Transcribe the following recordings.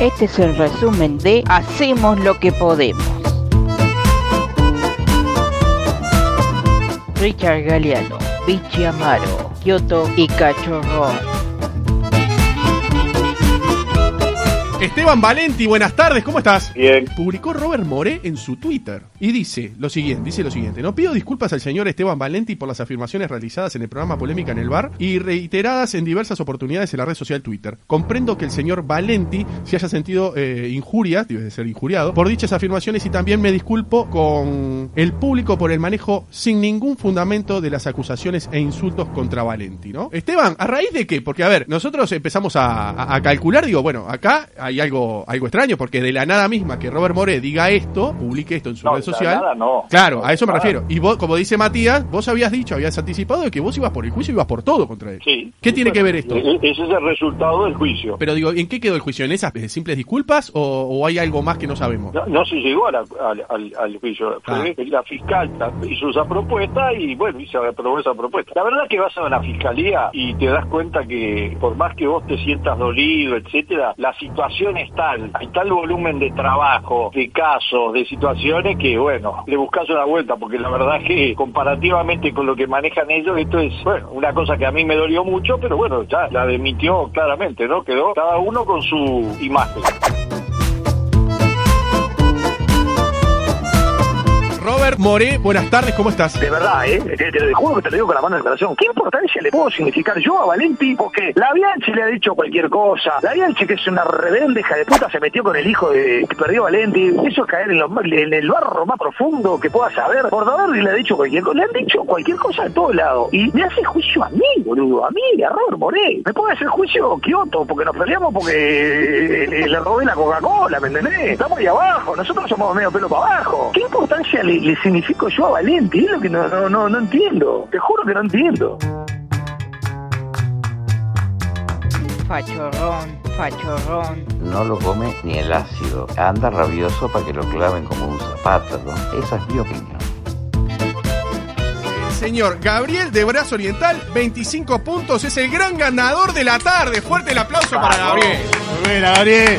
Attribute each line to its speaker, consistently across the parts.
Speaker 1: Este es el resumen de Hacemos lo que podemos. Richard Galeano, Vichy Amaro, Kioto y Cachorro.
Speaker 2: Esteban Valenti, buenas tardes, ¿cómo estás?
Speaker 3: Bien,
Speaker 2: Publicó Robert More en su Twitter y dice lo siguiente, dice lo siguiente, no pido disculpas al señor Esteban Valenti por las afirmaciones realizadas en el programa Polémica en el Bar y reiteradas en diversas oportunidades en la red social Twitter. Comprendo que el señor Valenti se haya sentido eh, injuria, debe de ser injuriado, por dichas afirmaciones y también me disculpo con el público por el manejo sin ningún fundamento de las acusaciones e insultos contra Valenti, ¿no? Esteban, ¿a raíz de qué? Porque, a ver, nosotros empezamos a, a- a calcular, digo, bueno, acá hay algo, algo extraño, porque de la nada misma que Robert More diga esto, publique esto en su
Speaker 3: No,
Speaker 2: red
Speaker 3: de la
Speaker 2: social.
Speaker 3: nada no.
Speaker 2: Claro, a eso me
Speaker 3: Nada.
Speaker 2: refiero. Y vos, como dice Matías, vos habías dicho, habías anticipado de que vos ibas por el juicio, ibas por todo contra él.
Speaker 3: sí.
Speaker 2: ¿Qué tiene que ver esto?
Speaker 3: E- Ese es el resultado del juicio.
Speaker 2: Pero digo, ¿en qué quedó el juicio? ¿En esas eh, simples disculpas o, o hay algo más que no sabemos?
Speaker 3: No, no se llegó a la- al, al- al juicio. Fue La fiscal hizo esa propuesta y bueno, y se aprobó esa propuesta. La verdad que vas a la fiscalía y te das cuenta que por más que vos te sientas dolido, etcétera, la situación es tal, hay tal volumen de trabajo, de casos, de situaciones que bueno, le buscas una vuelta porque la verdad que comparativamente con lo que manejan ellos, esto es bueno, una cosa que a mí me dolió mucho, pero bueno, ya la demitió claramente, ¿no? Quedó cada uno con su imagen.
Speaker 2: Robert More, buenas tardes, ¿cómo estás?
Speaker 4: De verdad, ¿eh? Te, te lo juro que te lo digo con la mano en el corazón. ¿Qué importancia le puedo significar yo a Valenti? Porque la Bianchi le ha dicho cualquier cosa. La Bianchi, que es una rebelde hija de puta, se metió con el hijo de, que perdió a Valenti. Eso es caer en, lo- en el barro más profundo que pueda saber. Bordaberry le ha dicho cualquier cosa. Le han dicho cualquier cosa de todos lados. Y me hace juicio a mí, boludo. A mí, a Robert Moré. Me puede hacer juicio a Kioto, porque nos peleamos porque eh, le, le robé la Coca-Cola, ¿me entendés? Estamos ahí abajo. Nosotros somos medio pelo para abajo. ¿Qué importancia le, le significo yo a Valenti? Es lo que no, no, no, no entiendo. Te juro que no entiendo.
Speaker 1: Fachorrón, fachorrón.
Speaker 5: No lo come ni el ácido. Anda rabioso para que lo claven como un zapato. ¿no? Esa es mi opinión.
Speaker 2: El señor Gabriel de Brazo Oriental, 25 puntos, es el gran ganador de la tarde. Fuerte el aplauso para Gabriel. Gabriel.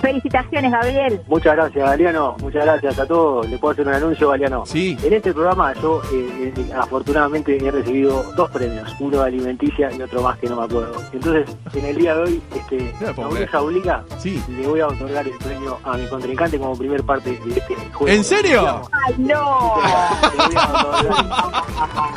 Speaker 6: Felicitaciones, Gabriel.
Speaker 7: Muchas gracias, Galeano. Muchas gracias a todos. ¿Le puedo hacer un anuncio, Galeano?
Speaker 2: Sí.
Speaker 7: En este programa yo, eh, eh, afortunadamente, he recibido dos premios. Uno de alimenticia y otro más que no me acuerdo. Entonces, en el día de hoy, este,
Speaker 2: No me puedo
Speaker 7: la
Speaker 2: creer.
Speaker 7: oreja obliga,
Speaker 2: Sí.
Speaker 7: le voy a otorgar el premio a mi contrincante como primer parte de este juego.
Speaker 2: ¿En serio?
Speaker 6: ¡Ay, no!
Speaker 7: Le voy a otorgar-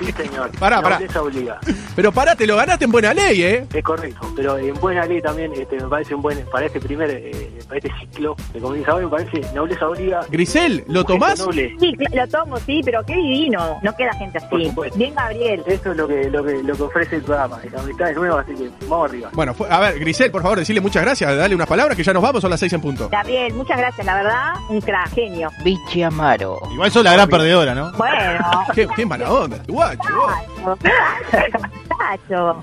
Speaker 7: Sí, señor.
Speaker 2: Pará,
Speaker 7: La
Speaker 2: pará.
Speaker 7: oreja obliga.
Speaker 2: Pero pará, te lo ganaste en buena ley, ¿eh?
Speaker 7: Es correcto, pero en buena ley también este, me parece un buen, para este primer, eh, para este ciclo de comienza hoy, me parece nobleza obliga.
Speaker 2: Grisel, ¿lo
Speaker 7: Gesto
Speaker 2: tomás?
Speaker 7: noble.
Speaker 6: Sí, cl- lo tomo, sí, pero qué divino. No queda gente
Speaker 7: Por
Speaker 6: así.
Speaker 7: supuesto.
Speaker 6: Bien, Gabriel.
Speaker 7: Eso es lo que, lo que, lo que ofrece el programa, la amistad es nueva, así que vamos arriba.
Speaker 2: Bueno, fue- a ver, Grisel, por favor, decirle muchas gracias, dale unas palabras que ya nos vamos, son las seis en punto.
Speaker 6: Gabriel, muchas gracias, la verdad, un crack, genio.
Speaker 1: Vichy Amaro.
Speaker 8: Igual sos la gran perdedora, ¿no?
Speaker 6: Bueno,
Speaker 2: Qué, qué mala onda, este guacho. vos.
Speaker 6: muchacho.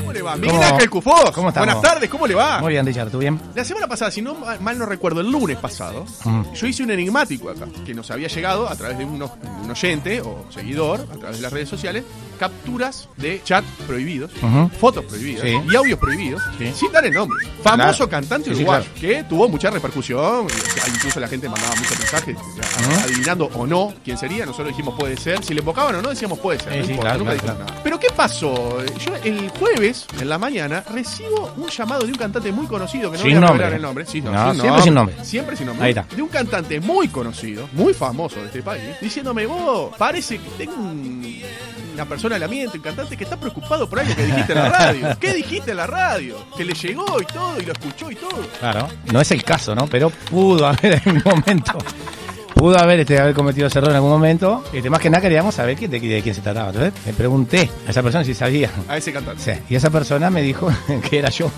Speaker 2: ¿Cómo le va? Miguel Ángel Cufós.
Speaker 8: ¿Cómo estamos?
Speaker 2: Buenas tardes, ¿cómo le va?
Speaker 8: Muy bien, Richard, ¿tú bien?
Speaker 2: La semana pasada, si no mal no recuerdo, el lunes pasado,
Speaker 8: Mm.
Speaker 2: yo hice un enigmático acá, que nos había llegado a través de un, o- un oyente o seguidor, a través de las redes sociales, capturas de chat prohibidos,
Speaker 8: Ujú.
Speaker 2: fotos prohibidas
Speaker 8: Sí.
Speaker 2: y audios prohibidos,
Speaker 8: Sí.
Speaker 2: sin dar el nombre. Famoso
Speaker 8: Claro.
Speaker 2: cantante
Speaker 8: Sí, sí,
Speaker 2: uruguayo, que tuvo mucha repercusión, y, o sea, incluso la gente mandaba muchos mensajes, a-
Speaker 8: Ujú.
Speaker 2: adivinando o no quién sería, nosotros dijimos puede ser, si le invocaban o no, decíamos puede ser,
Speaker 8: Sí,
Speaker 2: no
Speaker 8: sí,
Speaker 2: importa,
Speaker 8: claro,
Speaker 2: nunca
Speaker 8: claro,
Speaker 2: dijimos
Speaker 8: claro.
Speaker 2: nada. Pero ¿qué pasó? Yo el jueves, en la mañana, recibo un llamado de un cantante muy conocido, que no
Speaker 8: Sin
Speaker 2: voy a revelar
Speaker 8: nombre.
Speaker 2: el nombre, sí, no,
Speaker 8: No, siempre sin nombre.
Speaker 2: Siempre sin nombre.
Speaker 8: Ahí está.
Speaker 2: De un cantante muy conocido, muy famoso de este país, diciéndome, vos, parece que tengo un- una persona en la mente, un cantante que está preocupado por algo que dijiste en la radio. ¿Qué dijiste en la radio? Que le llegó y todo, y lo escuchó y todo.
Speaker 8: Claro. No es el caso, ¿no? Pero pudo haber en un momento. Pudo haber, este, haber cometido ese error en algún momento. Este, más que nada queríamos saber que- de, de quién se trataba. Entonces, le pregunté a esa persona si sabía.
Speaker 2: A ese cantante.
Speaker 8: Sí, Y esa persona me dijo que era yo.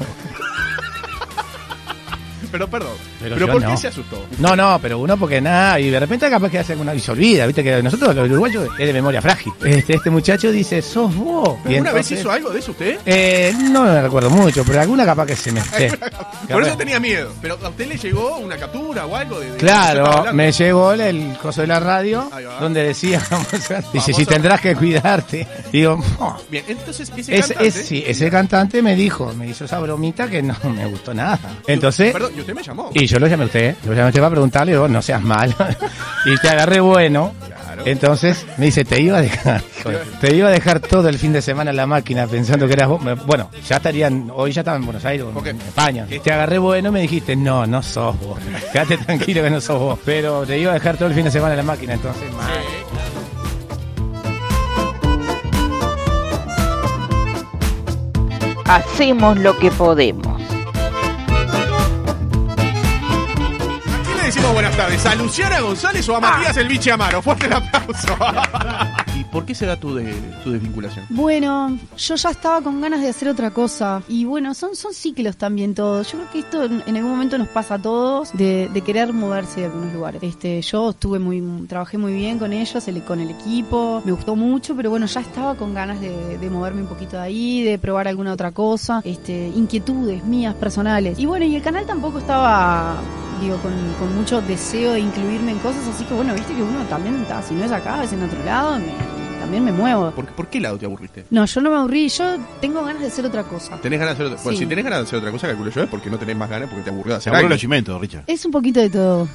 Speaker 2: pero perdón. Pero,
Speaker 8: Pero yo
Speaker 2: ¿por qué
Speaker 8: no.
Speaker 2: se asustó?
Speaker 8: No, no, pero uno porque nada, y de repente capaz que hace alguna y se olvida, viste que nosotros los uruguayos es de memoria frágil. Este, este muchacho dice, sos vos. Y
Speaker 2: ¿Alguna vez
Speaker 8: entonces-
Speaker 2: hizo algo de eso usted?
Speaker 8: Eh, no me recuerdo mucho, pero alguna capaz que se me esté.
Speaker 2: Por eso tenía miedo. Pero a usted le llegó una captura o algo de. de- de-
Speaker 8: Claro,
Speaker 2: de-
Speaker 8: me llegó el, el coso de la radio
Speaker 2: Ahí va.
Speaker 8: donde decía, dice,
Speaker 2: Famoso.
Speaker 8: si tendrás que cuidarte. Digo, "No".
Speaker 2: Bien, entonces ese
Speaker 8: Es,
Speaker 2: cantante-
Speaker 8: es- sí, ese cantante me dijo, me hizo esa bromita que no me gustó nada. Entonces,
Speaker 2: Perdón, y usted me llamó.
Speaker 8: y yo lo llamé a usted, lo llamé a usted para preguntarle, digo, no seas malo. y te agarré bueno.
Speaker 2: Claro.
Speaker 8: Entonces me dice, te iba a dejar, hijo de- te iba a dejar todo el fin de semana en la máquina pensando que eras vos. Me- Bueno, ya estarían, hoy ya estaba en Buenos Aires, o
Speaker 2: Ok.
Speaker 8: en España. Te agarré bueno y me dijiste, no, no sos vos. Quédate tranquilo que no sos vos. Pero te iba a dejar todo el fin de semana en la máquina, entonces, mal.
Speaker 1: Hacemos lo que podemos.
Speaker 2: ¿A quién le decimos buenas tardes? ¿A Luciana González o a Matías el biche Amaro? Fuerte el aplauso. ¿Y por qué se da tu, de, tu desvinculación?
Speaker 9: Bueno, yo ya estaba con ganas de hacer otra cosa. Y bueno, son, son ciclos también todos. Yo creo que esto en, en algún momento nos pasa a todos de, de querer moverse de algunos lugares. Este, yo estuve muy, trabajé muy bien con ellos, el- con el equipo, me gustó mucho, pero bueno, ya estaba con ganas de, de moverme un poquito de ahí, de probar alguna otra cosa, este, inquietudes mías personales. Y bueno, y el canal tampoco estaba digo, con, con mucho deseo de incluirme en cosas, así que bueno, viste que uno también, ta, si no es acá, es en otro lado, me- también me muevo.
Speaker 2: ¿Por, ¿Por qué lado te aburriste?
Speaker 9: No, yo no me aburrí, yo tengo ganas de hacer otra cosa.
Speaker 2: ¿Tenés ganas de hacer otra Bueno,
Speaker 9: Sí.
Speaker 2: si tenés ganas de hacer otra cosa, calculo yo, es porque no tenés más ganas porque te aburrió de
Speaker 10: Se
Speaker 2: hacer
Speaker 10: aburrió
Speaker 2: algo.
Speaker 10: los chimentos, Richard.
Speaker 9: Es un poquito de todo.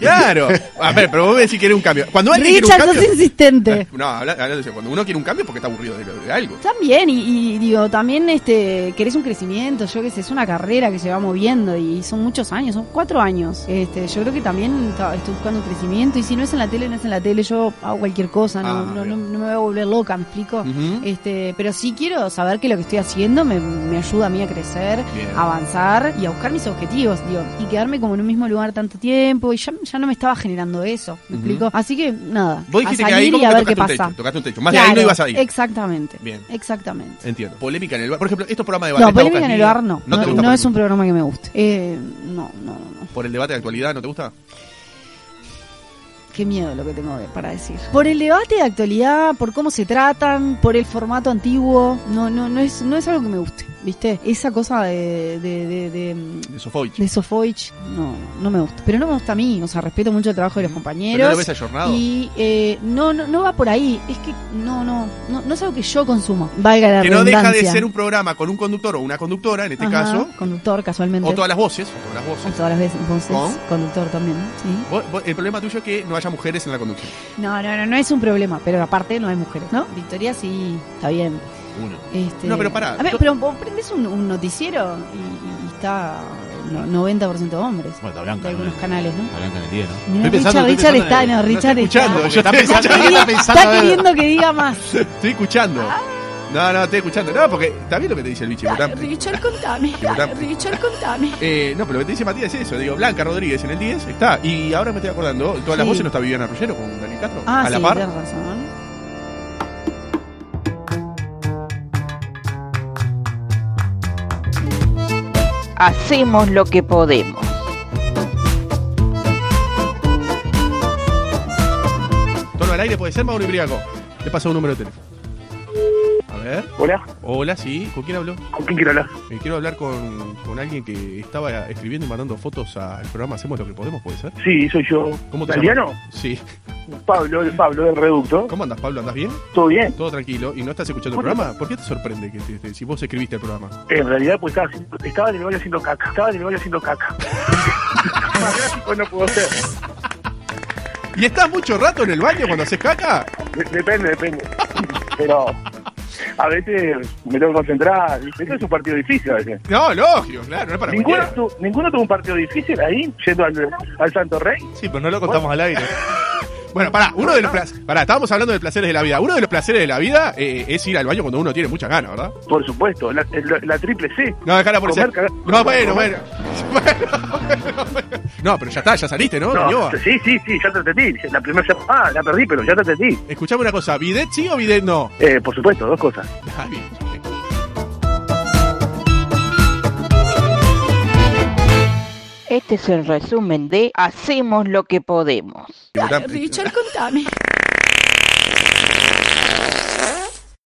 Speaker 2: Claro. A ver, pero vos me decís que era un cambio. Cuando alguien
Speaker 9: Richard,
Speaker 2: quiere un cambio.
Speaker 9: sos
Speaker 2: Ah,
Speaker 9: insistente.
Speaker 2: No, habla- habla de eso. Cuando uno quiere un cambio es porque está aburrido de, de algo.
Speaker 9: También, y, y digo, también este querés un crecimiento, yo qué sé, es una carrera que se va moviendo y son muchos años, son cuatro años. Este, yo creo que también ta- estoy buscando un crecimiento y si no es en la tele, no es en la tele, yo hago cualquier cosa, no,
Speaker 2: Ah,
Speaker 9: no- no-
Speaker 2: bien.
Speaker 9: no me voy a volver loca, ¿me explico?
Speaker 2: Ujú.
Speaker 9: Este, pero sí quiero saber que lo que estoy haciendo me, me ayuda a mí a crecer,
Speaker 2: Bien.
Speaker 9: a avanzar y a buscar mis objetivos, digo, y quedarme como en un mismo lugar tanto tiempo y ya, ya no me estaba generando eso, ¿me
Speaker 2: Ujú.
Speaker 9: explico? Así que nada,
Speaker 2: Vos
Speaker 9: a
Speaker 2: dijiste que ahí
Speaker 9: salir
Speaker 2: como
Speaker 9: y a
Speaker 2: que
Speaker 9: ver qué
Speaker 2: tocaste un
Speaker 9: pasa.
Speaker 2: techo, tocaste un techo. Más de ahí no
Speaker 9: Claro,
Speaker 2: ibas a ir.
Speaker 9: Exactamente.
Speaker 2: Bien.
Speaker 9: Exactamente.
Speaker 2: Entiendo. Polémica en el bar. Por ejemplo, estos programas de
Speaker 9: No,
Speaker 2: debate.
Speaker 9: polémica en el bar no.
Speaker 2: No,
Speaker 9: No,
Speaker 2: te gusta
Speaker 9: no
Speaker 2: por-
Speaker 9: es un programa que me guste. Eh, no, no, no.
Speaker 2: Por el debate de actualidad, ¿no te gusta?
Speaker 9: Qué miedo lo que tengo de- para decir. Por el debate de actualidad, por cómo se tratan, por el formato antiguo. No, no, no es, no es algo que me guste. ¿Viste? Esa cosa de, de, de, de, mm,
Speaker 2: De Sofovich.
Speaker 9: de Sofovich, no, no me gusta. Pero no me gusta a mí. O sea, respeto mucho el trabajo de los
Speaker 2: Pero
Speaker 9: compañeros.
Speaker 2: no lo ves ayornado.
Speaker 9: Y eh, no, no, no va por ahí. Es que no, no, no, no es algo que yo consumo. Valga la
Speaker 2: Que no deja de
Speaker 9: redundancia.
Speaker 2: ser un programa con un conductor o una conductora, en este
Speaker 9: Ajá,
Speaker 2: caso,
Speaker 9: Conductor, casualmente.
Speaker 2: o todas las voces. o todas las voces.
Speaker 9: A todas las veces, voces,
Speaker 2: ¿Con?
Speaker 9: conductor también, ¿sí?
Speaker 2: Vos- vos- el problema tuyo es que no haya mujeres en la conducción.
Speaker 9: No, no, no, no es un problema, pero aparte no hay mujeres, ¿no? Victoria sí, está bien.
Speaker 10: Uno.
Speaker 9: Este,
Speaker 2: No, pero pará,
Speaker 9: A ver,
Speaker 2: yo-
Speaker 9: pero vos prendés un, un noticiero y, y está no- 90% hombres
Speaker 10: Bueno, está
Speaker 9: de
Speaker 10: blanca. ¿no?
Speaker 9: algunos canales, ¿no?
Speaker 10: Está blanca en el día, ¿no?
Speaker 9: Mirá, Richard, Richard está, no, Richard
Speaker 2: escuchando,
Speaker 9: está.
Speaker 2: yo
Speaker 10: está
Speaker 2: estoy
Speaker 10: pensando,
Speaker 2: escuchando.
Speaker 10: está pensando.
Speaker 9: Está
Speaker 10: a ver.
Speaker 9: queriendo que diga más. Ah.
Speaker 2: Estoy escuchando. No, no, estoy escuchando. No, porque está bien lo que te dice el bicho.
Speaker 9: Dale,
Speaker 2: Botán.
Speaker 9: Richard, contame.
Speaker 2: Botán.
Speaker 9: Dale, Richard, contame.
Speaker 2: Eh, no, pero lo que te dice Matías es eso. Digo, Blanca Rodríguez en el 10 está. Y ahora me estoy acordando, todas las
Speaker 9: Sí.
Speaker 2: voces no está Viviana Ruggiero con Daniel Castro.
Speaker 9: Ah,
Speaker 2: a la
Speaker 9: sí,
Speaker 2: par.
Speaker 9: tenés razón.
Speaker 1: Hacemos lo que podemos.
Speaker 2: Tono al aire puede ser Mauro Ibriaco. Le paso un número de teléfono. A ver.
Speaker 4: Hola,
Speaker 2: Hola, sí. ¿Con quién habló?
Speaker 4: ¿con quién quiero hablar?
Speaker 2: Eh, quiero hablar con, con alguien que estaba escribiendo y mandando fotos al programa Hacemos lo que podemos, ¿puede ser?
Speaker 4: Sí, soy yo.
Speaker 2: ¿Cómo te
Speaker 4: ¿Italiano?
Speaker 2: llamas? Sí.
Speaker 4: Pablo, el Pablo del Reducto.
Speaker 2: ¿Cómo andas, Pablo? ¿Andas bien?
Speaker 4: ¿Todo bien?
Speaker 2: ¿Todo tranquilo? ¿Y no estás escuchando el programa? ¿Por qué te sorprende que te- te- si vos escribiste el programa?
Speaker 4: En realidad, pues estaba, haciendo- estaba en el baño haciendo caca. Estaba en el baño haciendo caca. Más gráfico no puedo ser.
Speaker 2: ¿Y estás mucho rato en el baño cuando haces caca?
Speaker 4: De- depende, depende. Pero a veces me tengo que concentrar. Este es un partido difícil a veces.
Speaker 2: No, lógico, claro, no es para
Speaker 4: Ninguno,
Speaker 2: cualquiera.
Speaker 4: tu- ninguno tuvo un partido difícil ahí, yendo al, al Santo Rey.
Speaker 10: Sí, pero no lo contamos al aire.
Speaker 2: Bueno, pará, uno de los placeres. Pará, estábamos hablando de placeres de la vida. Uno de los placeres de la vida eh, es ir al baño cuando uno tiene muchas ganas, ¿verdad?
Speaker 4: Por supuesto, la, la- la triple C.
Speaker 2: No, dejala por
Speaker 4: Comer,
Speaker 2: ser.
Speaker 4: cagar.
Speaker 2: No, bueno, bueno. Bueno, bueno. No, pero ya está, ya saliste, ¿no?
Speaker 4: No,
Speaker 2: Ñoa?
Speaker 4: sí, sí, sí, ya te entendí. La primera llamada, la perdí, pero ya te entendí.
Speaker 2: Escuchame una cosa, ¿bidet sí o bidet no?
Speaker 4: Eh, por supuesto, dos cosas.
Speaker 2: Ah, bien.
Speaker 1: Este es el resumen de Hacemos lo que podemos.
Speaker 2: Dale, Richard, contame.